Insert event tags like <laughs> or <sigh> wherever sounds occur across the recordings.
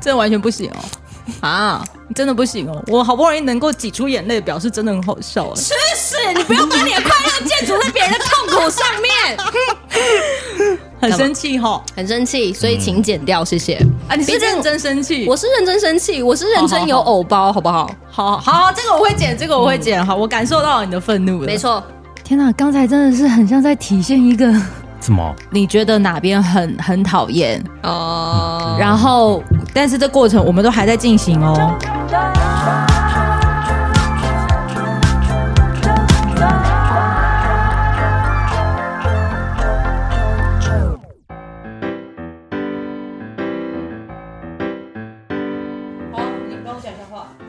真的完全不行哦。啊，你真的不行哦！我好不容易能够挤出眼泪，表示真的很好笑哎。真是，你不要把你的快乐建筑在别人的痛苦上面。 <laughs> 很生气哈、很生气，所以请剪掉，谢谢。啊！你是毕竟认真生气？我是认真生气，我是认真有偶包，好不好？好好，这个我会剪，这个我会剪。好，我感受到你的愤怒了。没，错，天哪，刚才真的是很像在体现一 <laughs> 个怎么？你觉得哪边很很讨厌？哦，然后，但是这过程我们都还在进行哦。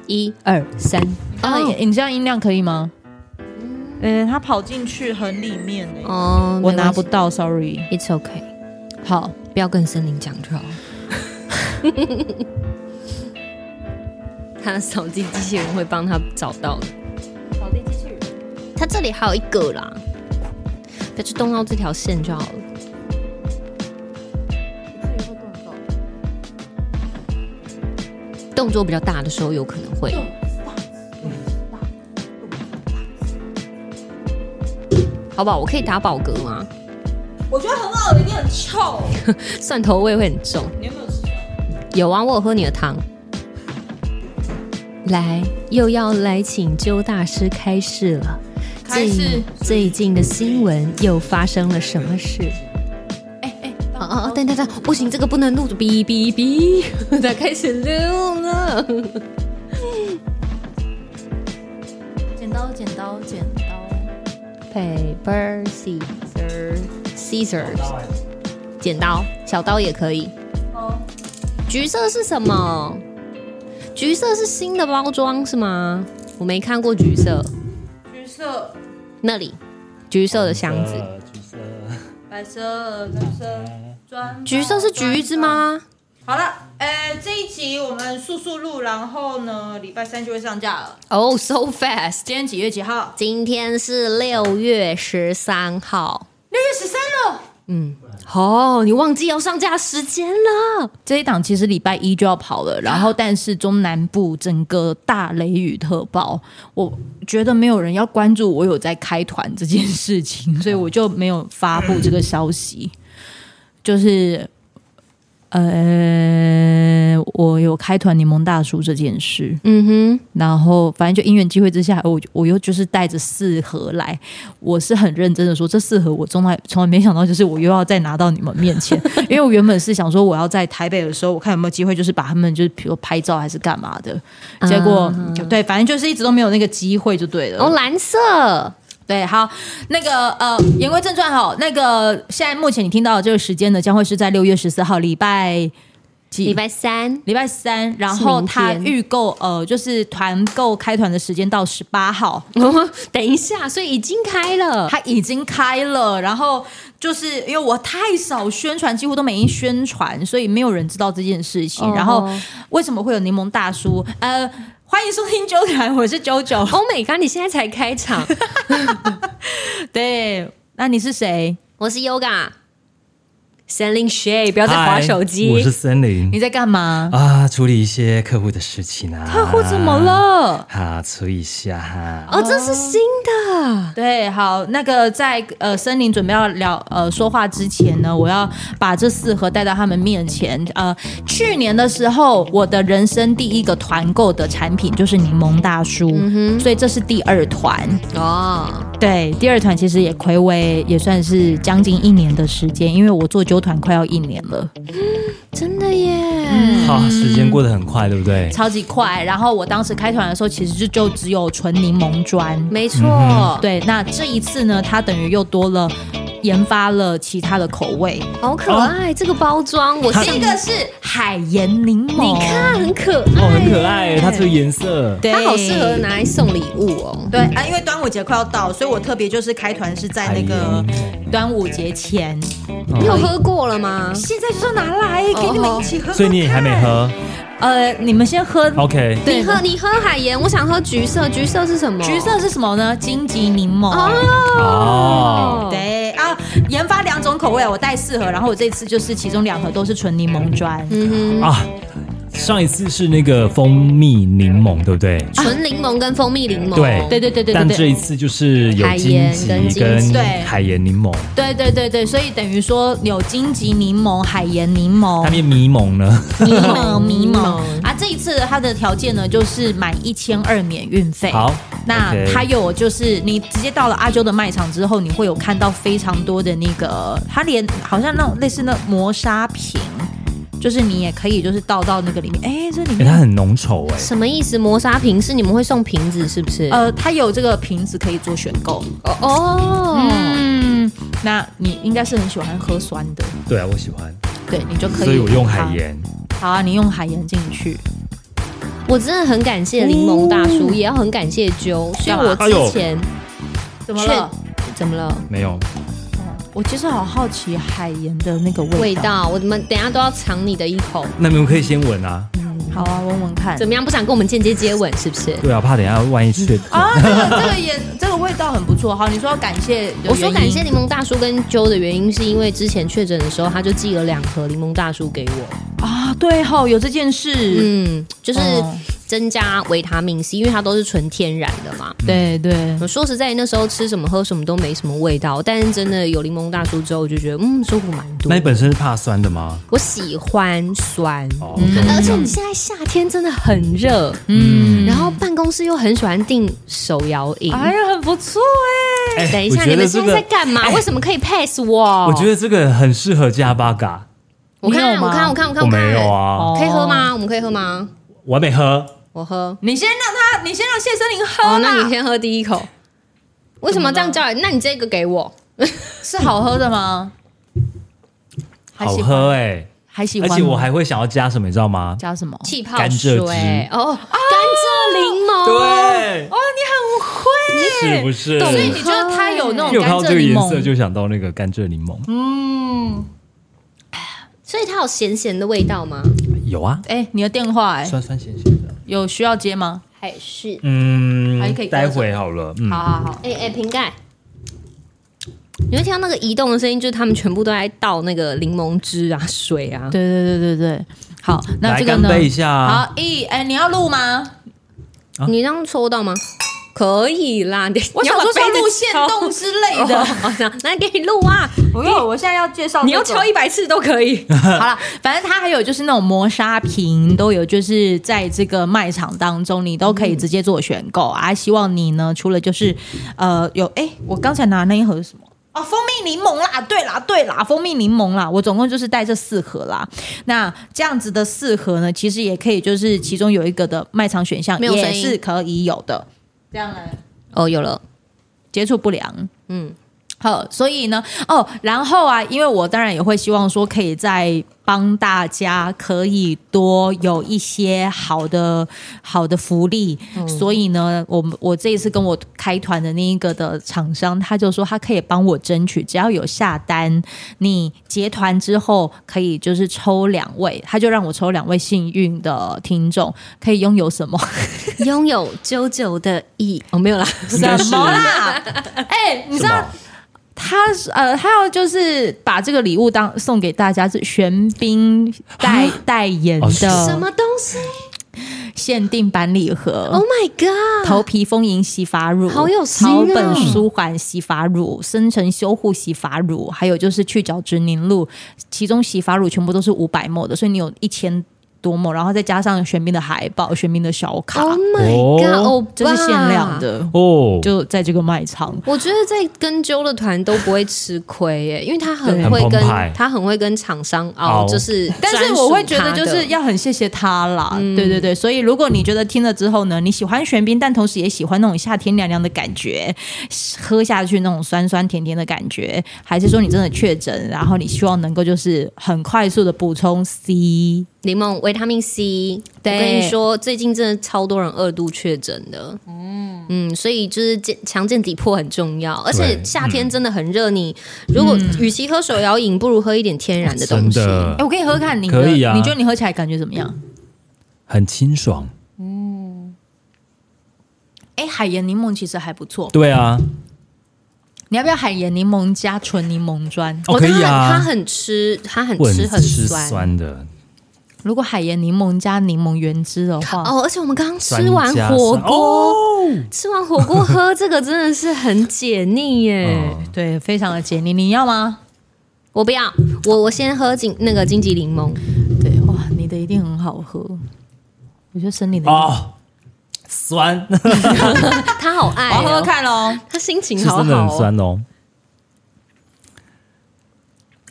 一二三，啊，哦你这样音量可以吗？嗯，他跑进去很里面欸呢哦，我拿不没到，sorry。关系，It's OK，好，不要跟森林讲就好。他的扫地机器人会帮他找到的。扫地机器人，他这里还有一个啦，不要去动到这条线就好了。动作比较大的时候有可能会。好不好？我可以打饱嗝吗？我觉得很好的，你很臭。蒜头味会很重。你有没有吃？有啊，我有喝你的汤。来，又要来请鸠大师开示了。开示最最近的新闻又发生了什么事？哎哎，哦哦哦，等等等，不行，这个不能录，哔哔哔， <laughs> 他开始录了。剪刀剪刀剪刀， Paper scissors scissors，剪刀，小刀也可以。哦橘色是什么？橘色是新的包装是吗？我没看过橘色。橘色、那里，橘色的箱子，橘色，白色、蓝色、砖。橘色是橘子吗？好了，呃，这一集我们速速录，然后呢，礼拜三就会上架了。哦、s o fast！今天几月几号？今天是六月十三号。六月十三了。嗯，哦，你忘记要上架时间了。这一档其实礼拜一就要跑了，然后但是中南部整个大雷雨特报，我觉得没有人要关注我有在开团这件事情，所以我就没有发布这个消息。就是，呃，我有开团柠檬大叔这件事，嗯哼，然后反正就因缘机会之下，我我又就是带着四盒来，我是很认真的说，这四盒我从来从来没想到，就是我又要再拿到你们面 <laughs> 前，因为我原本是想说我要在台北的时候，我看有没有机会，就是把他们就是比如拍照还是干嘛的，啊结果、对，反正就是一直都没有那个机会就对了。哦，蓝色。对，好，那个呃，言归正传哈，那个现在目前你听到的这个时间呢，将会是在六月十四号礼拜几礼拜三，礼拜三，然后他是明天预购呃，就是团购开团的时间到十八号，哦等一下，所以已经开了。他已经开了。然后就是因为我太少宣传，几乎都没宣传，所以没有人知道这件事情。哦然后为什么会有柠檬大叔？呃，欢迎收听九九，我是九 <laughs> 九。 Oh my god！你现在才开 <laughs> 场，对，那你是谁？我是 Yoga。森林 Shay，不要再划嗨手我是机。森林你在干嘛？啊，处理一些客户的事情啊。客户怎么？了？啊，处理一下哈。哦，这是新的。对，好，那个在呃森林准备要聊呃说话之前呢，我要把这四盒带到他们面前。呃，去年的时候，我的人生第一个团购的产品就是柠檬大叔，嗯所以这是第二团。哦，嗯对，第二团其实也暌违也算是将近一年的时间，因为我做九团快要一年了。真的耶！嗯啊，时间过得很快，对不对？超级快，然后我当时开团的时候，其实就就只有纯柠檬砖，没错，对，那这一次呢，它等于又多了研发了其他的口味，好可爱，这个包装，我第一哦个是，海盐柠檬，你看很可爱，哦，很可爱，它这个颜色。对，它好适合。拿来送礼物哦。对啊，因为端午节快要到，所以我特别就是开团是在那个海盐柠檬端午节前，你有喝过了吗？现在就是要拿来给你们一起喝喝所以你也还没看？喝呃，你们先喝。 ？OK，对你喝，你喝海盐，我想喝哦橘色，橘色是什么？橘色是什么呢？荆棘柠檬。哦，哦对，哎、啊，研发两种口味，我带四盒，然后我这次就是其中两盒都是纯柠檬砖，嗯啊，上一次是那个蜂蜜柠檬，对不对？哼，纯柠檬跟蜂蜜柠檬，对对对对对对但这对一次就是有海荆盐棘跟荆跟棘对哦海盐柠檬，对对对对，所以等于说有荆棘柠檬、海盐柠檬它、念柠檬呢？柠檬、柠柠檬檬啊，这一次它的条件呢就是满一千二免运费。好，那 OK 还有就是，你直接到了阿啾的卖场之后，你会有看到非常多的那个，它连好像那种类似那磨砂瓶，就是你也可以就是倒到那个里面。哎，这里哎，它面很浓稠哎。什么意思？磨砂瓶是你们会送瓶子是不是？呃，它有这个瓶子可以做选购。哦哦，嗯，那你应该是很喜欢喝酸的，对啊，我喜欢，对你就可以。所以我用海。盐。好啊，你用海盐进去。我真的很感谢柠檬大叔，也要很感谢啾，是干嘛我哎呦之前怎么了？怎么了？没有，我其实好好奇海盐的那个味道。味道，我们等一下都要尝你的一口。那你们可以先闻啊。好啊，闻闻看。怎么样？不想跟我们间接接吻是不是？对啊，怕等一下万一确 <laughs> 啊，这个这个也这个味道很不错。好，你说要感谢的原因，我说感谢柠檬大叔跟啾的原因，是因为之前确诊的时候，他就寄了两盒柠檬大叔给我。啊，对吼、有这件事，嗯，就是哦增加维他命 C，因为它都是纯天然的嘛。对对，我说实在，那时候吃什么喝什么都没什么味道，但是真的有柠檬大叔之后，我就觉得嗯舒服蛮多那你。本身是怕酸的吗？嗯我喜欢酸，哦，而且现在夏天真的很热，嗯，然后办公室又很喜欢订手摇饮。哎呀，很不错哎、哎等一我下，觉你们得现这在在个，哎干嘛？为什么可以 pass 我？我觉得这个很适合加八嘎。我你看，有吗我看，我看，我看，我我看没有，啊，哦可以喝？吗？我们可以喝吗？我还没喝。我喝。你先让他，你先让谢森林喝啦。哦，那你先喝第一口。为什么这样啊叫人？那你这个给我。是好喝的吗？还好喜欢喝哎，还喜而欢吗，且我还会想要加什么，你知道吗？加什么？气泡甘水蔗汁哦，甘蔗柠檬，，对，哦，你很会，是不是？所以你觉得它有那因为种我甘看到蔗这个柠颜色檬？就想到那个甘蔗柠檬。嗯，所以它有咸咸的味道吗？有啊，哎、你的电话哎、酸酸咸咸的。有需要接吗？还是嗯还可以，搁着待会好了。嗯好，好好，哎哎瓶盖？你会听到那个移动的声音，就是他们全部都在倒那个柠檬汁啊、水啊。对对对对对，好，那来这个干呢？杯一下啊。好，一哎、你要录吗？啊你这样抽到吗？可以啦，你我想说是要录线动动之类 <laughs> 的。 <laughs> 好像来给你录啊，不用，我现在要介绍你要敲一百次都可以。 <laughs> 好了，反正它还有就是那种磨砂瓶都有，就是在这个卖场当中，你都可以直接做选购啊。希望你呢，除了就是呃有哎、我刚才拿的那一盒是什么？哦，蜂蜜柠檬啦，对啦，对啦，蜂蜜柠檬啦，我总共就是带这四盒啦。那这样子的四盒呢，其实也可以，就是其中有一个的卖场选项没有声也音是可以有的，这样呢 <laughs> 哦，有了，接触不良。嗯，好，所以呢，哦，然后啊，因为我当然也会希望说，可以再帮大家可以多有一些好的好的福利，嗯所以呢，我们我这一次跟我开团的那一个的厂商，他就说他可以帮我争取，只要有下单，你结团之后可以就是抽两位，他就让我抽两位幸运的听众，可以拥有什么？拥有啾啾的意哦，没有啦，应该是什么啦？哎、你知什道么？啊他是呃，他要就是把这个礼物当送给大家，是玄彬代代言哦是什的么东 <laughs> 西限定版礼盒。 ？Oh my god！头皮丰盈洗发乳，好有心草啊本舒缓洗发乳、深层修护洗发乳，还有就是去角质凝露，其中洗发乳全部都是五百 ml 的，所以你有一千多 ml，然后再加上玄彬的海报、玄彬的小卡， Oh my god！哦哦，这是限量。的，哦，就在这个卖场。我觉得在跟揪的团都不会吃亏耶，因为他很会对跟很澎湃哦他很会跟厂商熬，熬就是但专是属我会觉得他就的是要很谢谢他啦，对对对，所以如果你觉得听了之后呢，你喜欢玄彬，但同时也喜欢那种夏天凉凉的感觉，喝下去那种酸酸甜甜的感觉，还是说你真的确诊，然后你希望能够就是很快速的补充 C，柠檬维他命 C。我对跟你说，最近真的超多人二度确诊的，嗯嗯，所以就是健强健底破很重要，而且对嗯夏天真的很热，你如果与其喝手摇饮，不如喝一点天然的真东西。哎、的我可以喝喝看你的，可以啊你觉得你喝起来感觉怎么样？很清爽。哎、海盐柠檬其实还不错，对啊，你要不要海盐柠檬加纯柠檬砖？哦，哦可以他很他啊，很吃，他很我吃很吃酸。酸的，如果海盐柠檬加柠檬原汁的话，哦，而且我们刚刚酸吃完加火酸锅，哦吃完火锅喝这个真的是很解腻耶。嗯对，非常的解腻。你要吗？我不要，我我先喝金那个荆棘柠檬，对，哇，你的一定很好喝。我觉得生理的一定，哦，酸， <laughs> 他好爱、我要喝喝哦，看喽。他心情是好真的很好、哦。酸哦，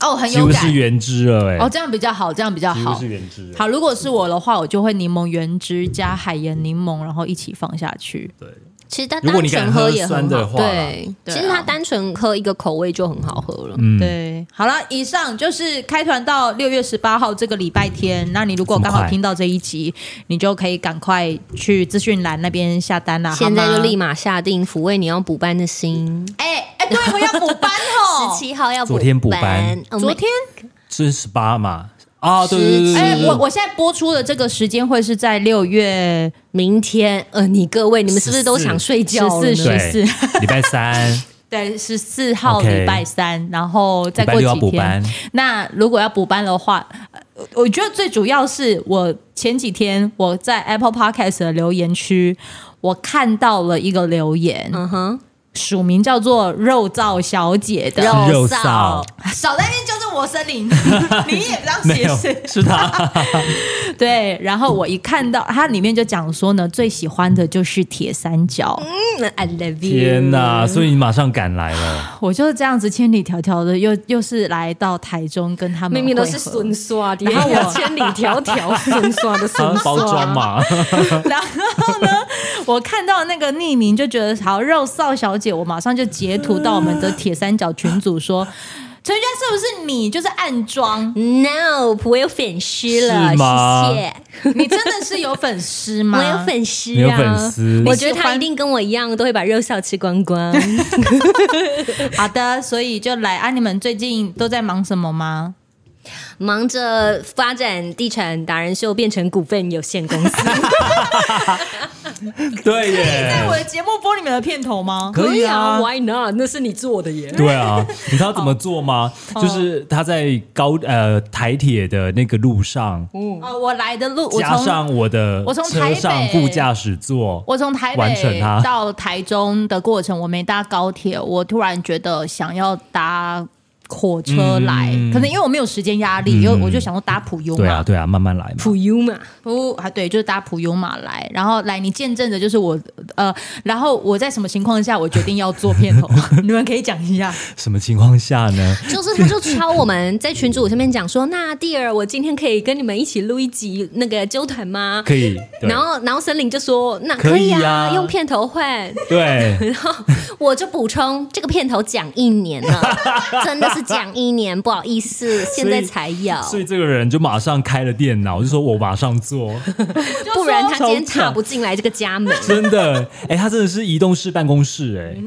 哦，很几有乎是感。原汁了哎哦，，这样比较好，这样比较几乎好是。原汁了，好，如果是我的话，我就会柠檬原汁加海盐柠檬，然后一起放下去。对，其实他如果单你敢纯喝也酸很的好，话对，对啊其实他单纯喝一个口味就很好喝了。嗯，对，好了，以上就是开团到六月十八号这个礼拜天。那你如果刚这么好快听到这一集，你就可以赶快去资讯栏那边下单啦。现在好吗就立马下定抚慰你要补班的心，哎哎、对，我要补班 <laughs> 十哦。七号要昨天补班班，哦昨天，是十八嘛？啊，对对对对哎、对，我我现在播出的这个时间会是在六月明天，呃，你各位，你们是不是都想睡觉了呢？ 14对，礼拜三，对，十四号 OK 礼拜三，然后再礼拜过六要补几天班。，那如果要补班的话，呃我我觉得最主要是我前几天我在 Apple Podcast 的留言区，我看到了一个留言，嗯哼，署名叫做肉燥小姐的，是肉肉臊臊，少在那边纠正我森 <laughs> 林，你也不让没解有释。是他，对，然后我一看到它里面就讲说呢，最喜欢的就是铁三角，嗯，I love you。天哪！所以你马上赶来了，我就是这样子千里迢迢的又又是来到台中跟他们明明都是嗯会合顺刷的，然后我千里迢迢顺刷的他顺刷，啊包装，嘛， <laughs> 然后呢，我看到那个匿名就觉得好肉臊小姐，我马上就截图到我们的铁三角群组说。 <laughs> 陈娟是不是你就是暗装？ No，我有粉丝了，是吗谢谢。你真的是有粉丝吗？我有粉丝、啊，你有粉丝我觉得他一定跟我一样，都会把肉臊吃光光。好的，所以就来啊！你们最近都在忙什么吗？忙着发展地产达人秀，变成股份有限公司， <laughs> 对在我耶，的节目播你们的片头吗？可以啊。哎，Why not？那是你做的 <laughs> 耶。对啊，你知道怎么做吗？哦就是他在高呃台铁的那个路上，哦，我来的路，我加从上我的我从台北车上副驾驶座，我从台完成北它到台中的过程，我没搭高铁，我突然觉得想要搭火车来，嗯可能因为我没有时间压力，因为我就想说搭普悠对嘛啊，对啊，慢慢来 <laughs> 嘛。普优嘛，不啊，对，就是搭普悠马来，然后来你见证的就是我呃，然后我在什么情况下我决定要做片 <laughs> 头，你们可以讲一下。什么情况下呢？就是他就敲我们在群主上面讲说，那蒂尔，我今天可以跟你们一起录一集那个纠团吗？<laughs> 可以，对然后，然后森林就说：“那可以可以啊，啊用片头换。”对，然后我就补充，这个片头讲一年 <laughs> 了，真的是讲一年，不好意思，现在才有，所以这个人就马上开了电脑，就说我马上 <laughs> 做，不然他今天超踏强不进来这个家门。真的，哎、他真的是移动式办公室、哎、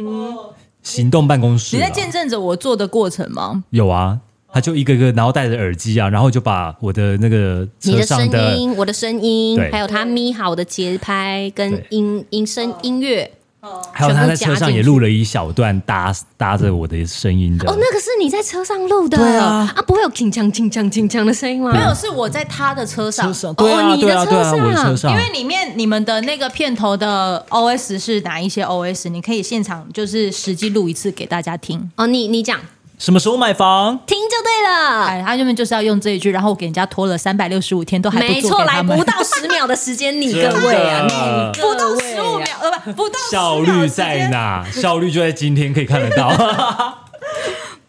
行动办公嗯室你啊、在见证着我做的过程吗？有啊，他就一个个，然后戴着耳机啊，然后就把我的那个你车上声的音，我的声音，对还有他咪好的节拍跟对音音声哦音乐，还有他在全部车加上进也去录了一小段搭搭着我的声音的，哦，那个是你在车上录的，对啊不会有铿锵铿锵铿锵的声音吗？没有，是我在他的车上，车上对啊、哦你的对啊对啊，车上我的车上，因为里面你们的那个片头的 OS 是哪一些 OS？你可以现场就是实际录一次给大家听。哦，你你讲，什么时候买房？听就对了。哎，他原本就是要用这一句，然后我给人家拖了三百六十五天都还没不错，做给来他们，不到十秒的时间，你各真位啊，的你不到各位十五啊，秒，呃，不，不到效10秒率时在间？哪？效率就在今天可以看得 <laughs> 到。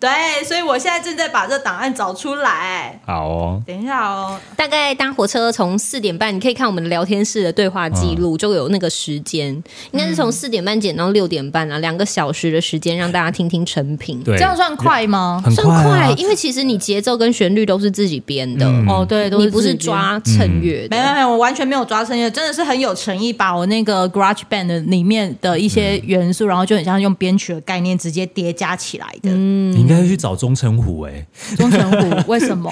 对，所以我现在正在把这档案找出来。好哦，等一下哦，大概搭火车从四点半，你可以看我们的聊天室的对话记嗯录，就有那个时间，应该是从四点半剪到六点半啊，两个小时的时间让大家听听成品。对，这样算快吗？很算快、啊，因为其实你节奏跟旋律都是自己编的，嗯哦，对，都你不自是己嗯抓衬乐没有的。没有，我完全没有抓声乐，真的是很有诚意，把我那个 Garage Band 的里面的一些元素，然后就很像用编曲的概念直接叠加起来的。嗯你应该去找钟成虎哎、钟成虎为什么？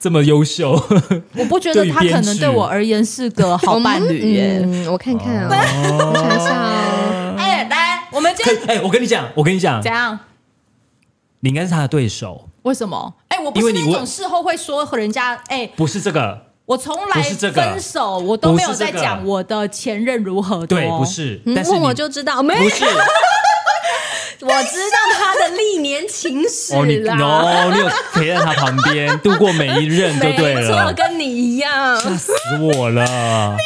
这么 <laughs> 优秀， <laughs> 我不觉得他可能对我而言是个好伴侣 <laughs> 耶。嗯，我看看啊，我想一下哦，哎，来，我们今可天以哎、我跟你讲，我跟你讲怎，样？你应该是他的对手，为什么？哎、我不因为是你那种问事后会说人家，哎、不是这个，我从来不是这个分手，我都没有在不是这个讲我的前任如何的、对，哦，不。是。嗯但是问你我就知道，没有， <laughs> 不是我知道他的历年情史哦，你啦。 no，你有陪在他旁边度过每一任就对没错，了，跟你一样，吓死我了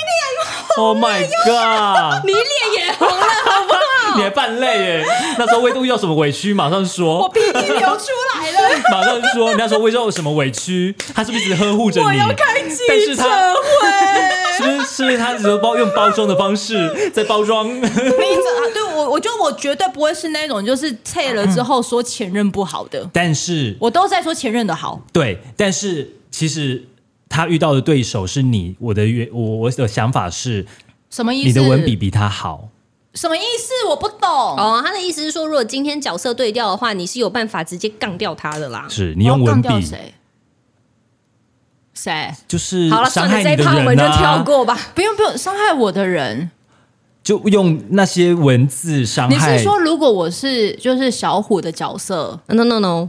！Oh my god！你脸也红了，好不好？你还扮累耶？那时候魏东遇到什么委屈，马上我说，鼻涕流出来 <laughs> 了，马上说。那时候魏东有什么委屈，他是不是一直呵护着你？但是他是不是是不是他只 <laughs> 是包用包装的方式 <laughs> 在包装？你怎对我，我觉得我绝对不会是那种就是退了之后说前任不好的，但是我都在说前任的好。对，但是其实他遇到的对手是你，我的原我我的想法是，什么意思？你的文笔比他好。什么意思？我不懂。哦，他的意思是说，如果今天角色对调的话，你是有办法直接杠掉他的啦。是你用哦哦我要文杠笔掉谁？谁？就是好了，算伤了，害这你一的趴我们人就跳啊，过吧。不用不用，伤害我的人，就用那些文字伤你害。是说如果我是就是小虎的角色， No no no，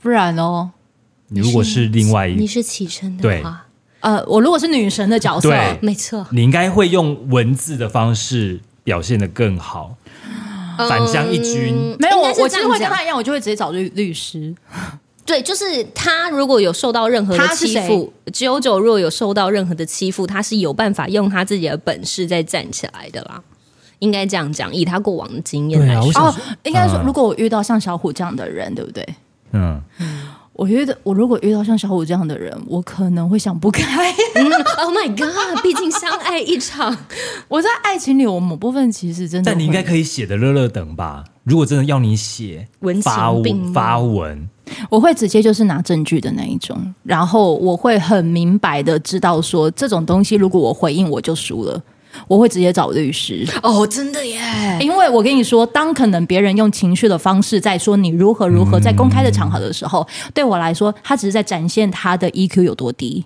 不然哦，你如果是另外你一，是启程的对话，呃，我如果是女神的角色，对没错，你应该会用文字的方式表现的更好，嗯反将一军。没有我应该是我这其样实会跟讲他一样，我就会直接找律律师。对，就是他如果有受到任何的他是欺负，九九若有受到任何的欺负，他是有办法用他自己的本事再站起来的啦。应该这样讲，以他过往的经验对来啊，说，我想哦说，，应该说，嗯如果我遇到像小虎这样的人，对不对？嗯，我觉得我如果遇到像小虎这样的人，我可能会想不开。 <laughs> 嗯，Oh my God！毕竟相爱一场，我在爱情里，我某部分其实真的，但你应该，可以写的乐乐等吧？如果真的要你写文情发并茂文发文，我会直接就是拿证据的那一种，然后我会很明白的知道说，这种东西如果我回应我就输了，我会直接找律师。哦，真的耶！因为我跟你说，当可能别人用情绪的方式在说你如何如何，嗯在公开的场合的时候，对我来说，他只是在展现他的 EQ 有多低。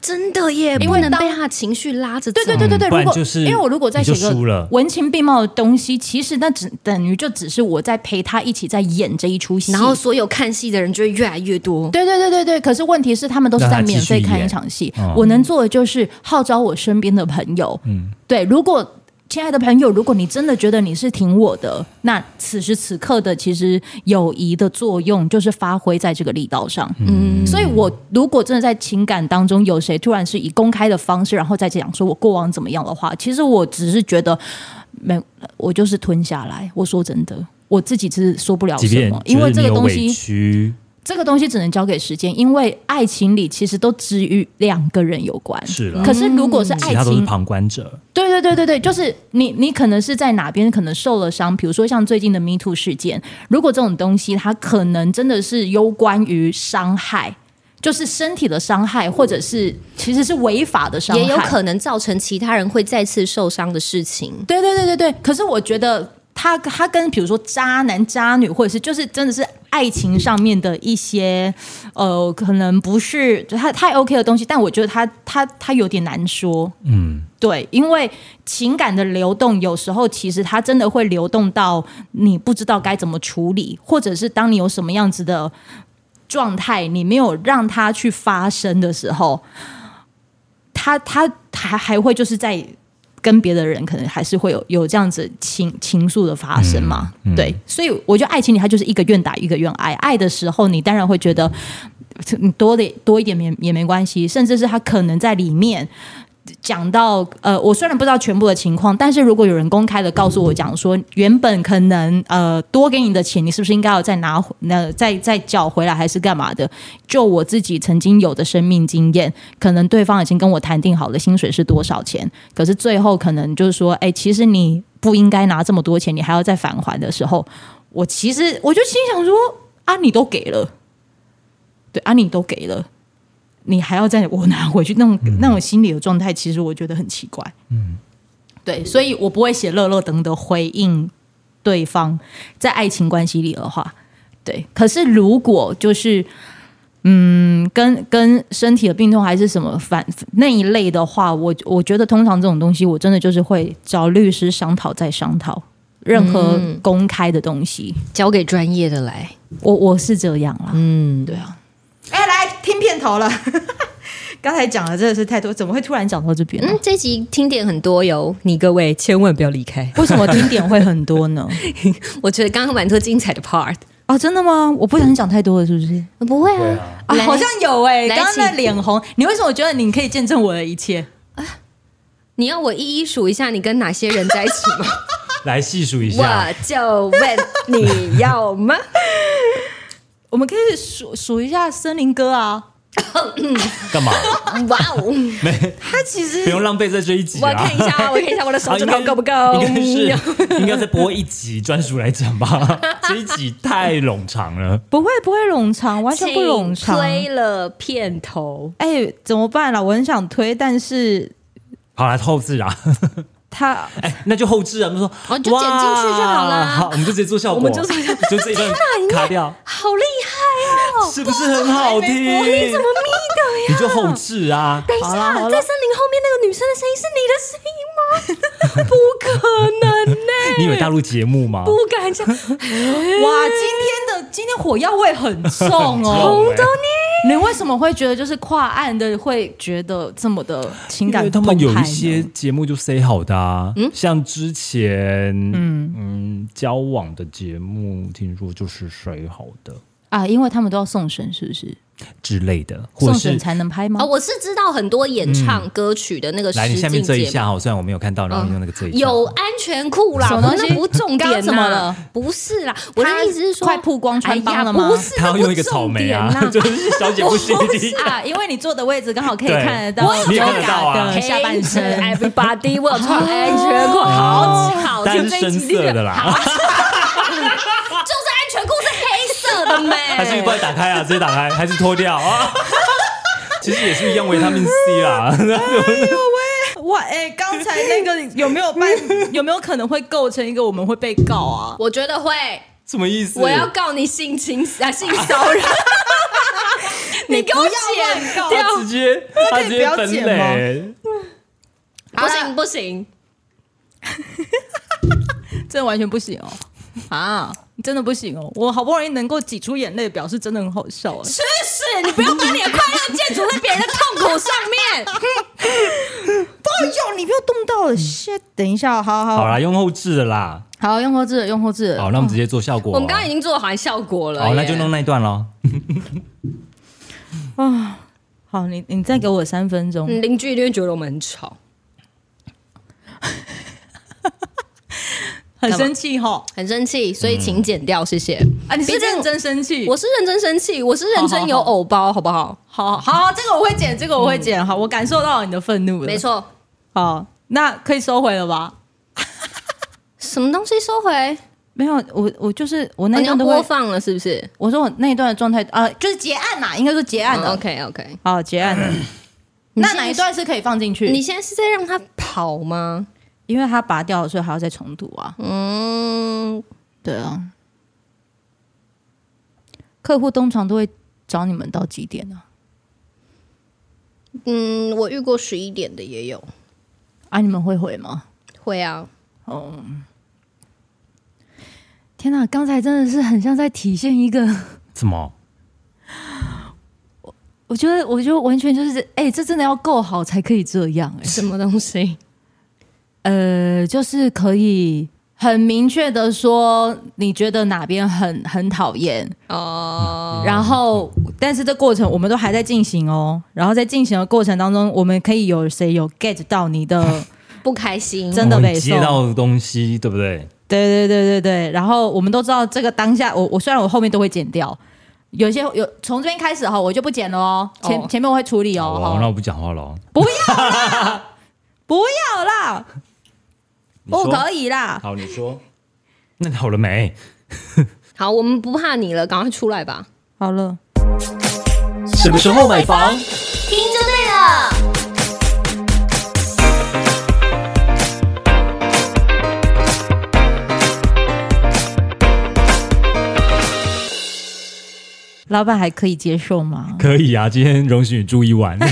真的耶，因不为能当被他的情绪拉着走。对对对对对，嗯不然如果就是因为我如果在写你就输个了文情并茂的东西，其实那只等于就只是我在陪他一起在演这一出戏。然后所有看戏的人就会越来越多。对对对对对，可是问题是他们都是在免费看一场戏让他继续，演哦我能做的就是号召我身边的朋友。嗯，对，如果亲爱的朋友，如果你真的觉得你是挺我的，那此时此刻的其实友谊的作用就是发挥在这个力道上。嗯，所以我如果真的在情感当中有谁突然是以公开的方式，然后再讲说我过往怎么样的话，其实我只是觉得没，我就是吞下来。我说真的。我自己是说不了即什便么，因为这觉得个你有东委西屈，这个东西只能交给时间，因为爱情里其实都只与两个人有关。是啦可是如果是嗯其爱他都是情，旁观者。对对对对对，就是你你可能是在哪边可能受了伤，比如说像最近的 Me Too 事件，如果这种东西它可能真的是攸关于伤害，就是身体的伤害，或者是其实是违法的伤害，也有可能造成其他人会再次受伤的事情。对对对对对，可是我觉得他他跟比如说渣男渣女，或者是就是真的是爱情上面的一些呃，可能不是就他太 OK 的东西，但我觉得他他他有点难说，嗯，对，因为情感的流动有时候其实它真的会流动到你不知道该怎么处理，或者是当你有什么样子的状态，你没有让它去发生的时候，他他还还会就是在跟别的人，可能还是会有有这样子情情愫的发生嘛。嗯嗯对，所以我觉得爱情里它就是一个愿打一个愿挨，爱的时候你当然会觉得你多的多一点也也没关系，甚至是他可能在里面。讲到呃，我虽然不知道全部的情况，但是如果有人公开的告诉我讲说，原本可能呃多给你的钱，你是不是应该要再拿回那、再再缴回来，还是干嘛的？就我自己曾经有的生命经验，可能对方已经跟我谈定好了薪水是多少钱，可是最后可能就是说，哎、其实你不应该拿这么多钱，你还要再返还的时候，我其实我就心想说，啊，你都给了，对，啊，你都给了。你还要再我拿回去，那种、那种心理的状态，其实我觉得很奇怪。嗯，对，所以我不会写乐乐等的回应对方在爱情关系里的话，对。可是如果就是嗯，跟跟身体的病痛还是什么反那一类的话，我我觉得通常这种东西，我真的就是会找律师商讨再商讨。任何嗯公开的东西。交给专业的来。我我是这样啦，嗯，对啊。哎、来听片头了。 <laughs> 刚才讲的真的是太多，怎么会突然讲到这边啊呢、嗯，这集听点很多哟，你各位千万不要离开。嗯为什么听点会很多 <laughs> 呢？ <laughs> 我觉得刚刚蛮多精彩的 part。哦，真的吗？我不小心讲太多了，是不是？ <laughs> 不会对啊，啊，啊，来好像有哎、来刚刚那脸红，你为什么觉得你可以见证我的一切？你要我一一数一下你跟哪些人在一起 <laughs> 吗？来细数一下我，就问你要 <laughs> 吗？我们可以数数一下森林哥啊，干嘛？哇哦！他其实 <laughs> 不用浪费在这一集我啊看一。下，我看一下我的手 <laughs> 啊指应头该够不够？应该是应该再播一集专属来讲 <laughs> 吧，这一集太冗长了。不会不会冗长，完全不冗长。推了片头，哎、怎么办啦？我很想推，但是好啦，后置啊，他哎、那就后置啊，我们说，哦就剪进去就好啦哇好，我们就直接做效果，我们就做就这一段卡掉，好厉害哦！是不是很好听？你怎么眯的呀？你就后置啊，等一下，好啦好啦在森林后面那个女生的声音是你的声音 <laughs> 吗？不可能呢、你以为大陆节目吗？不敢想，哇，今天的今天火药味很重 <laughs> 哦。红灯你为什么会觉得就是跨岸的会觉得这么的情因感为他澎们有湃一呢些节目就 say 好的啊，嗯像之前嗯嗯交往的节目，听说就是 say 好的啊，因为他们都要送审，是不是？之类的，或送者审是才能拍吗？啊，我是知道很多演唱歌曲的那个实嗯来你下境面这一节目。下哦，虽然我没有看到，然后你用那个这一下有安全裤啦，什么我东西那不重刚 <laughs> 点刚呐、怎么了不是啦，我他的意思是说，快曝光穿帮了吗哎呀不是，他要用一个这不草重莓 <laughs> 啊点，呐 <laughs> 就是小姐不歇地。 <laughs> 啊，因为你坐的位置刚好可以对看得到我也优你也看得到雅啊的下半身。哦 Everybody，我有穿安全裤，好巧，但是深色的啦，就是安全裤是黑色的没？还是不要打开啊，直接打开，还是脱掉啊？ <laughs> 其实也是一样维他命 C 啦， <laughs> 哇，哎、刚才那个 <laughs> 有没有办？有没有可能会构成一个我们会被告啊？我觉得会，什么意思？我要告你性侵啊，性 <laughs> 骚扰。你给我剪告掉，他直接他直接这分可以不要类，不行不行，真的完全不行哦！啊，真的不行哦！我好不容易能够挤出眼泪，表示真的很好笑哎、真是你不要把你的快乐建筑在别人的痛苦上 <laughs> 面。哎呦，你不要动到了，先等一下，好哦好好啦，用后置的啦。好，用后置，用后置。好，那我们直接做效果。哦我们刚刚已经做好效果了耶，好，那就弄那一段喽。好，你你再给我三分钟。嗯邻居一定会觉得我们很吵，很生气吼！很生气，所以请剪掉，谢谢。啊，你是毕竟认真生气？我是认真生气，我是认真有偶包，好不好？好好，这个我会剪，这个我会剪。好，我感受到你的愤怒了。没，错，好，那可以收回了吧？什么东西收回？没有，我我就是我哦那你要段都播会，放了是不是？我说我那一段的状态啊，就是结案呐，应该说结案的。 OK OK。好，哦结案的。那哪一段是可以放进去你？现在是在让他跑吗？因为它拔掉了，所以还要再重读啊。嗯，对啊。客户通常都会找你们到几点啊呢？嗯，我遇过十一点的也有，啊，你们会回吗？会啊，哦。天哪，刚才真的是很像在体现一个 <laughs> 怎么？我觉得，我觉得完全就是，哎、这真的要够好才可以这样、什么东西？哎，呃，就是可以很明确的说，你觉得哪边很很讨厌， <laughs> 哦、然后，但是这过程我们都还在进行哦，然后在进行的过程当中，我们可以有谁有 get 到你 <laughs> 的，不开心，真的我们被接送到的东西，对不对？对对对对对，然后我们都知道这个当下，我我虽然我后面都会剪掉。有些有从这边开始哈，我就不剪了哦，前、哦前面我会处理哦。好啊哈那我不讲话了。不要啦，你哦不说可。以啦。 <laughs> 好，你说。那你好了没？好，我们不怕你了，赶快出来吧。好了。什么时候买房？听就对了。老板还可以接受 <laughs> 吗？可以啊，今天容许你住一晚。 <laughs>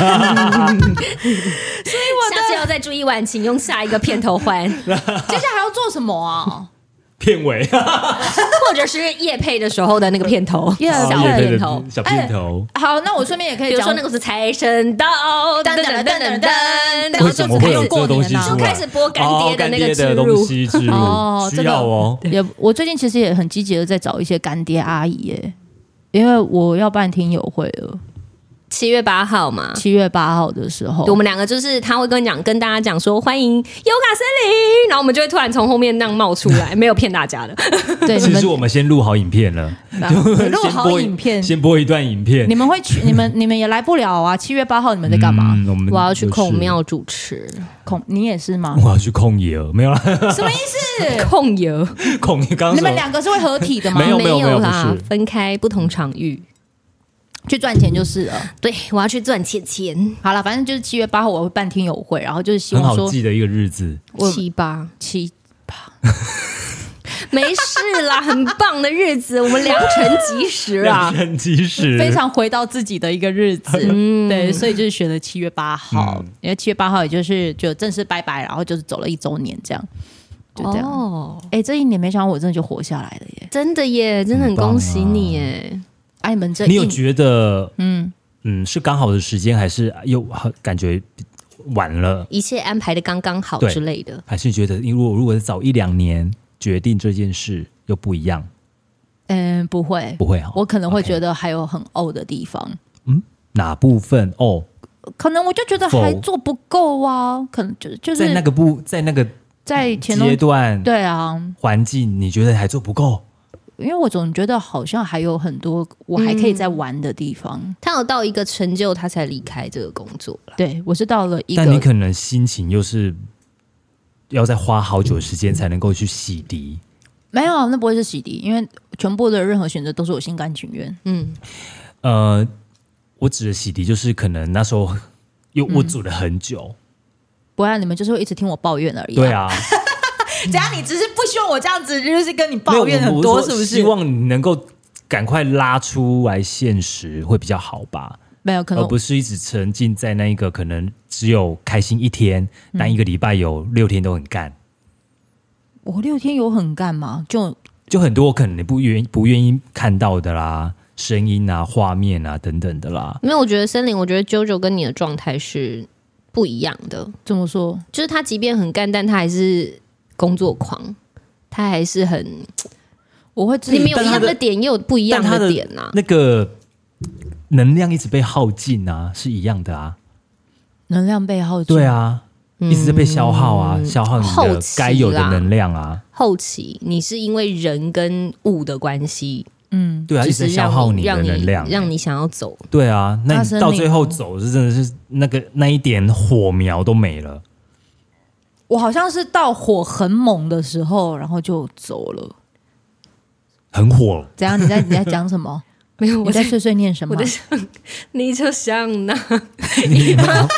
下次要再注意晚，请用下一个片头换。 <laughs> 接下来要做什么啊？片尾，或者是夜配的时候的那啊个片头，夜小啊配片头。小片头， <laughs> 好，那我顺便也可比以如讲说那个是财神到，噔噔噔噔噔，然后为哎就什么会有开这始个东西就出就来开？始播干哦爹的那个植干爹的东入，西植入哦，嗯需要哦。这个也我最近其实也很积极的在找一些干爹阿姨耶，因为我要办听友会了，七月八号嘛。七月八号的时候我。们两个就是他会跟你讲，跟大家讲说欢迎优卡森林，然后我们就会突然从后面那样冒出来，没有骗大家的。对你其们实我们先录好影片了，你录先好播影片，先播一段影片你。们会去？你们你们也来不了啊！七月八号你们在干嘛？嗯我 <laughs> 们我要去就是孔，庙主持，孔，你也是吗？我要去控爷，没有啦， <laughs> 什么意思？控油控爷刚刚你什么们两个是会合体的吗？没有没有没有啦不是，啊分开不同场域。去赚钱就是了。对，我要去赚钱钱，好了，反正就是七月八号我会办听友会，然后就是希很望好说记的一个日子。我七八，七 <laughs> 没事啦，很棒的日子，我们良辰吉时啊 <laughs> 量。身及时，非常回到自己的一个日 <laughs> 子，对，所以就是选了七月八号，嗯因为七月八号也就是就正式拜拜，然后就是走了一周年这样，就这样。哎、哦，这一年没想到我真的就活下来了耶！真的耶，真的很很棒啊恭喜你耶！哎，你们这你有一觉得嗯，嗯是刚好的时间，还是又感觉晚了？一切安排的刚刚好之类的。还是觉得因为我如果早一两年决定这件事又不一样？嗯，不会，不会哈，我可能会觉 OK 得还有很呕的地方，哪部分哦，可能我就觉得否还做不够啊，可能就就是在那个不在那个在前东阶段对啊，环境，你觉得还做不够？因为我总觉得好像还有很多我还可以再玩的地方。他有到一个成就，他才离开这个工作了。对我是到了一但你个可能心情又是要再花好久的时间才能够去洗涤。没有，啊那不会是洗涤，因为全部的任何选择都是我心甘情愿。嗯，呃，我指的洗涤就是可能那时候又嗯我煮了很久，不然你们就是会一直听我抱怨而已、对，啊，只要你只是不希望我这样子，就是跟你没有抱怨我很我多，说是不希是？望你能够赶快拉出来现实会比较好吧，没有，可而能哦不是一直沉浸在那一个可能只有开心一天，嗯但一个礼拜有六天都很干。我六天有很干嘛？就就很多可能你不愿不愿意看到的啦，声音啊、画面啊等等的啦。因为我觉得森林，我觉得啾啾跟你的状态是不一样的。这么说，就是他即便很干，但他还是工作狂，他还是很我会自你己们有但一他样的的点，也有不一样但他的点啊呐、那个能量一直被耗尽啊，是一样的啊，能量被耗尽。对，啊，一直在被消耗啊，消耗你后的期嗯啦该有的能量啊，后期你是因为人跟物的关系，嗯，对啊，就一直是在消让耗你的让能量，啊让你想要走。对啊，那大你森到林最后走是真的是那个那一点火苗都没了。我好像是到火很猛的时候，然后就走了。很 <laughs> 火， <laughs> 怎样？你在你在讲什么？ <laughs> 没有，你我在在碎碎念什么我？在想，你就像那一把火，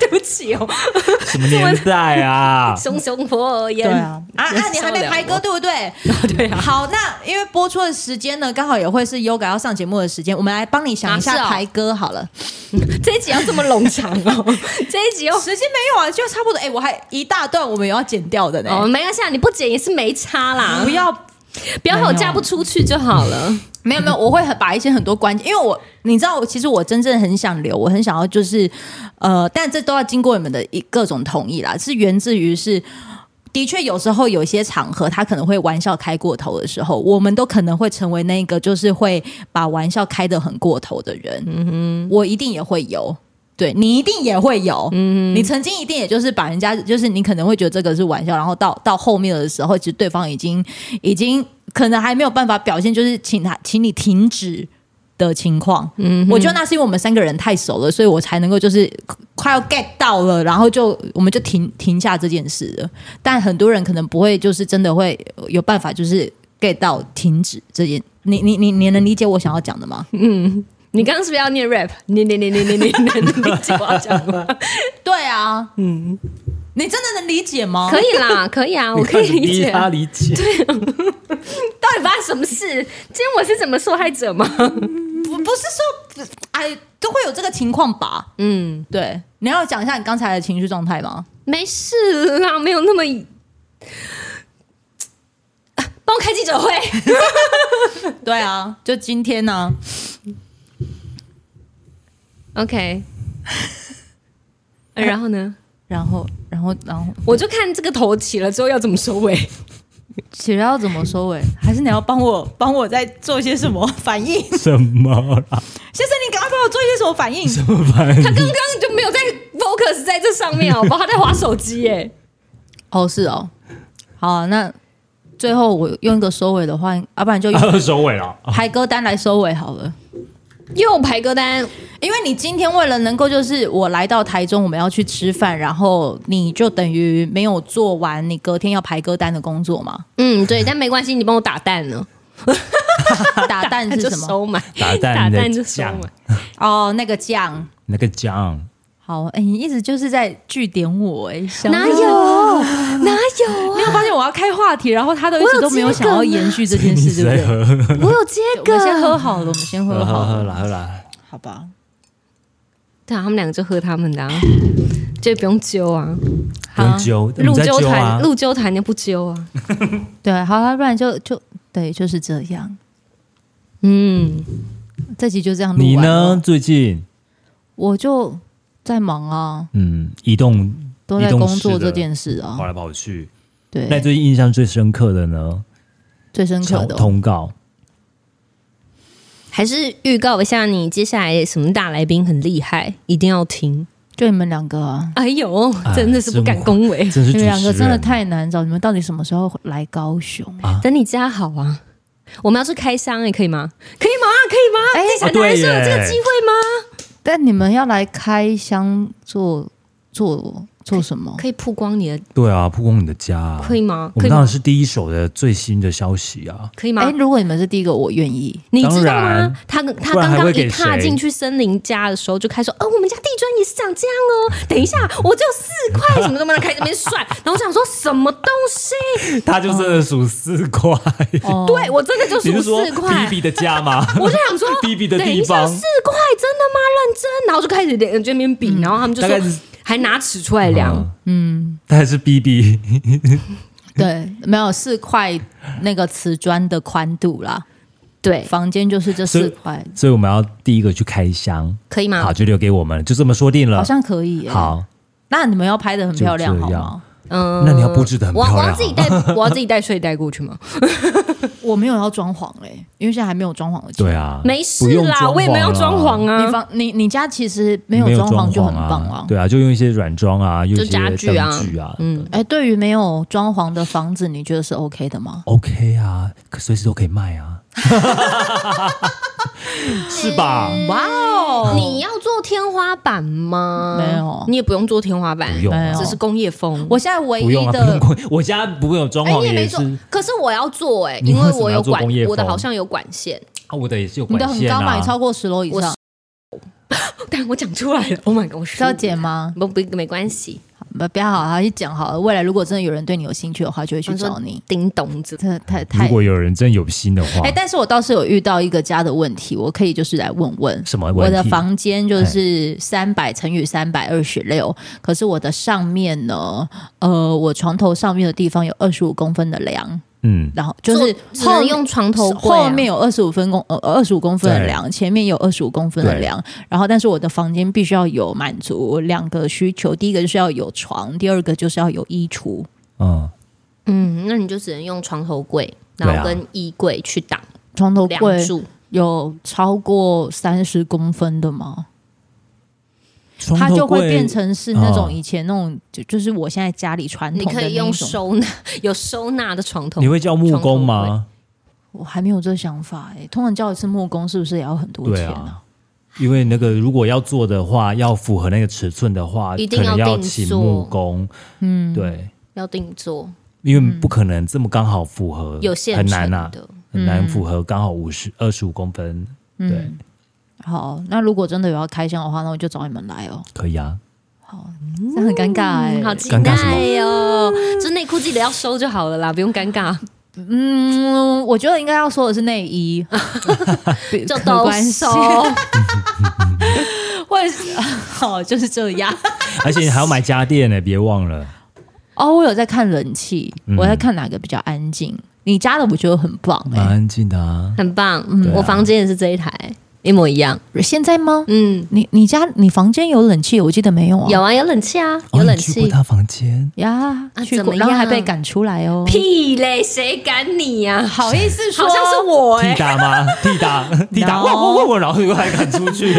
对不起哦，？什么年代 <laughs> 啊熊熊火焰。对啊，啊燃啊！你还烧没了排歌我对不对？ <laughs> 对啊。好，那因为播出的时间呢，刚好也会是 Yoga 要上节目的时间，我们来帮你想一啊是下哦排歌好了。这一集要这么冗长哦，这一集要。时间没有啊，就差不多。哎、我还一大段我们也要剪掉的呢。哦，没关系啊，你不剪也是没差啦不，要，不要害我没有嫁不出去就好了。没有没有，我会很把一些很多关键，因为我你知道，其实我真正很想留，我很想要就是，呃，但这都要经过你们的一各种同意啦，是源自于是。的确，有时候有些场合，他可能会玩笑开过头的时候，我们都可能会成为那个就是会把玩笑开得很过头的人。嗯哼，我一定也会有，对你一定也会有。嗯，你曾经一定也就是把人家，就是你可能会觉得这个是玩笑，然后到到后面的时候，其实对方已经已经可能还没有办法表现，就是请他，请你停止。的情况，嗯，我觉得那是因为我们三个人太熟了，所以我才能够就是快要 get 到了，然后就我们就停停下这件事了。但很多人可能不会，就是真的会有办法，就是 get 到停止这件。你你你你能理解我想要讲的吗？你刚刚是不是要念 rap？你你你你你你能理解我要讲的吗？对啊，嗯，你真的能理解吗？可以啦，可以啊，我你可看以你理逼解。他到理解，底发生什么事？今天我是怎么受害者吗？不不是说哎都会有这个情况吧？嗯，对，你要讲一下你刚才的情绪状态吗？没事啦，没有那么。啊我开记者会。对啊，就今天呢、 OK，然呃后呢？然后，然后，然后，我就看这个头起了之后要怎么收尾。起来要怎么收尾？还是你要帮我帮我再做些什么反 <laughs> 应？什么 <laughs> 啦？先生，你赶快帮我做一些什么反应？什么反 <laughs> 他刚刚就没有在 focus 在这上面，好不好？他在划手机耶。哦，是哦，好啊、那最后我用一个收尾的话，要、不然就用 <laughs> 应？收尾了。排歌单来收尾好了。又排歌单，因为你今天为了能够，就是我来到台中，我们要去吃饭，然后你就等于没有做完你隔天要排歌单的工作 <laughs> 嘛？嗯，对，但没关系，你帮我打蛋了，打蛋他是就什么？收买，打蛋打蛋的就收酱买。哦，那个酱。那个酱，好，哎、你一直就是在据点我、哎，想哪说有哪 <laughs> 有没有发现我要开话题，然后他都一我有直都没有想要延续这件你事，是对在不对？喝？我有接我梗们，先喝好了，我们先喝喝好喝 <laughs> 喝了，啦喝啦，好吧？对啊，他们两个就喝他们的、啊，就不用揪啊，不好用，揪，你路在纠揪谈啊。路纠谈就不揪啊，对，好了，不然就就对，就是这样，嗯，这集就这样录你完呢了？？最近我就在忙啊，嗯，移动都在工作这件事啊跑。来跑去，那对，最近印象最深刻的呢？最深刻的哦通告，还是预告一下，你接下来什么大来宾很厉害，一定要听。就你们两个啊，哎呦，哎真的是不敢恭维，真你是们主持两个真的人太难找，你们到底什么时候来高雄？等你家好啊。我们要去开箱哎，可以吗？可以吗？可以吗？地啊产对男是有这耶个机会吗？哎但你们要来开箱做做做什么？可以曝光你的，对啊，曝光你的家啊，可以吗？我可们以当吗？然是第一手的最新的消息啊。可以吗哎，？如果你们是第一个，我愿意。你知道当吗然？他他不刚然还会刚给一踏谁进去森林家的时候，就开始说：“哦，我们家地砖也是长这样哦。”等一下，我只有四 <laughs> 块，什么什么的，开始那边算。然后我想说什么东西？ <laughs> 他就真的数四块，哦，对我真的就你数是说四块 B。B 的家吗？，<laughs> 我就想说 B <laughs> B 的等一地下方四块真的吗？认真？然后就开始两这边比，然后他们就嗯大概是说还拿尺出来量，嗯，但是 B B 对，没有四块那个瓷砖的宽度啦，对，房间就是这所以四块，所以我们要第一个去开箱，可以好，吗？就留给我们，就这么说定好了。像可以、耶啊好，那你们要拍的很漂亮，就好这样吗？嗯那你要布置得很我漂我亮要啊自己带， <laughs> 我要自己带睡袋过去 <laughs> 吗？我没有要装潢嘞、因为现在还没有装潢的钱。对啊，没不事用啦，装我也没有潢装啊潢啊你。房你你家其实没有装潢就很棒啊。对啊，就用一些软装啊，用一些家具啊灯具啊，嗯，哎、对于没有装潢的房子，你觉得是 OK 的吗？ ，OK 啊，可随时都可以卖啊， <laughs> 是吧？哇哦你要做天花板吗？没有你也不用做天花板不，用没啊有这是工业风。我现在唯不用一啊，不的用，工，我家不用装哎，潢你也没也做是，可是我要做哎，你因为为什么我要有做管工业，风我的好像有管线， <laughs> 啊，我的也是有你管的很线高嘛，你啊超。过十楼以我上，但我讲出来了。Oh my god，我是要剪吗？不不没关系，不不要好好去讲好了。未来如果真的有人对你有兴趣的话，就会去我说找你。叮咚子。这太如太果有人真有心的话哎、，但是我倒是有遇到一个家的问题，我可以就是来问问什么我问的题？哎房间就是三百乘以三百二十六，可是我的上面呢，呃，我床头上面的地方有二十五公分的梁，嗯，然后就是做只后能面用床头柜啊后面有二十五分公呃二十五公分的梁，前面有二十五公分的对梁，然后但是我的房间必须要有满足两个需求，第一个就是要有床，第二个就是要有衣橱。嗯，嗯，那你就只能用床头柜，对啊然后跟衣柜去挡床头梁柜柱。有超过三十公分的吗？床它头就会柜变成是那种哦以前那种，就就是我现在家里传你统的可那以用一种。收纳，有收纳的床头你。会叫木工床吗？我还没有这想法哎、通常叫一次木工是不是也要很多对钱啊？因为那个如果要做的话，要符合那个尺寸的话，一定可能要要定请做木工。嗯，对，要定做，因为不可能这么刚好符合，有现很成难啊，的。很难符合刚好五十二十五公分。对，嗯好，那如果真的有要开箱的话，那我就找你们来哦、可以啊。这样很尴尬哎、嗯，好期尴尬什么待哟！就内裤记得要收就好了啦，不用 <laughs> 尴尬。嗯，我觉得应该要说的是内衣， <laughs> 就就都收，或者 <laughs> 是哦好就是这 <laughs> 样。 <laughs> 而且你还要买家电呢，别忘了。哦，我有在看人气，嗯我在看哪个比较安静。你家的我觉得很棒、蛮哎安静的啊。很棒。嗯对啊我房间也是这一台，一模一样。现在吗？嗯，你你家你房间有冷气？我记得没有啊。有啊，有冷气啊，哦有你冷去过气。他房间，呀，啊去怎过，么然后还样被赶出来哦。屁嘞，谁敢你呀、好意思说，好像 <laughs> 是我哎、替 <laughs> 打吗？替打，替打， No 哇哇哇哇，然后又还赶出 <laughs> 去。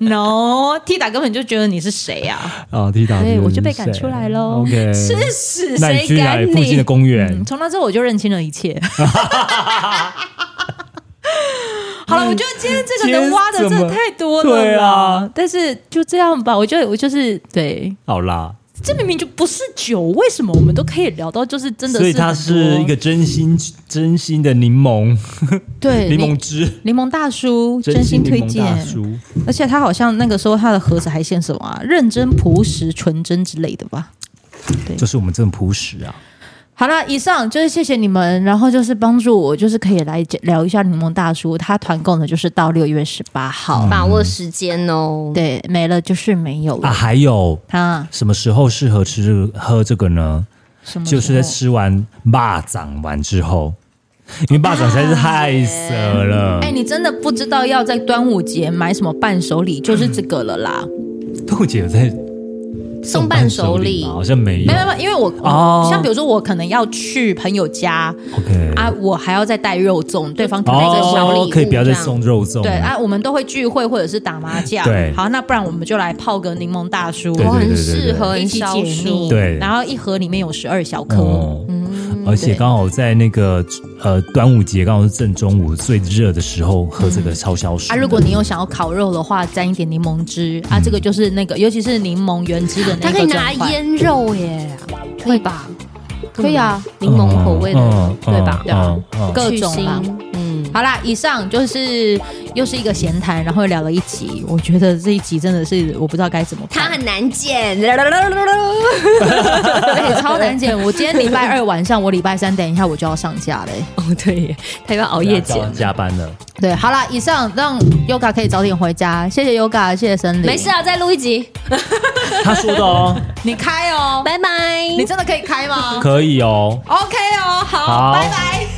no，T 打根本就觉得你是谁啊？啊，替打，对我就被赶出来咯 OK，真欸是那你谁去哪敢里附近的你？公园嗯，？从那之后我就认清了一 <laughs> 切。好了，我觉得今天这个能挖的真的太多了啦，今天怎么对啊但是就这样吧，我觉得我就是对，好啦，这明明就不是酒，为什么我们都可以聊到就是真的所以它很多是一个真心真心的柠檬对柠。檬柠汁，柠檬大叔真真心柠推檬荐大，叔。而且他好像那个时候他的盒子还限什么啊，认真、朴实、纯真之类的吧。就是我们这种朴实啊，好了，以上就是谢谢你们，然后就是帮助我，就是可以来解聊一下柠檬大叔，他团购呢就是到六月十八号，把握时间哦。对，没了就是没有了。嗯啊，还有他什么时候适合吃这个喝这个呢？什么时就候是在吃完霸掌完之后，因为霸掌实在是太涩了哎、。你真的不知道要在端午节买什么伴手礼，就是这个了啦。嗯豆姐有在送伴伴手礼吗，好像没没有有没有，因为我、哦像比如说我可能要去朋友家 OK 啊，我还要再带肉粽，对方可能在小礼物、哦，可以不要再这样送肉粽了，对啊，我们都会聚会或者是打麻将。对好，那不然我们就来泡个柠檬大叔，哦对我对很对适合，很一起消解暑腻。。对然后一盒里面有十二小颗。哦，嗯而且刚好在那个呃端午节，刚好是正中午最热的时候，喝这个超消暑的。啊，如果你有想要烤肉的话，沾一点柠檬汁啊，这个就是那个，尤其是柠檬原汁的那它个可以拿转换，腌肉耶，会吧？可以啊，柠檬口味的嗯，对吧？对啊嗯嗯各种啦。去腥嗯，好啦，以上就是又是一个闲谈，然后聊了一集，我觉得这一集真的是我不知道该怎么它办，很难剪，对超难 <laughs> 剪。我今天礼拜二晚上，我礼拜三等一下我就要上架嘞、 <laughs> 哦，对耶，他要熬夜剪。加班了。对，好啦，以上让 Yoga 可以早点回家，谢谢 Yoga，谢谢森林，没事，啊，再录一集，他说 <laughs> 的哦，你开哦，拜拜。你真的可以开吗可以哦。 ？OK 哦，好，好拜拜。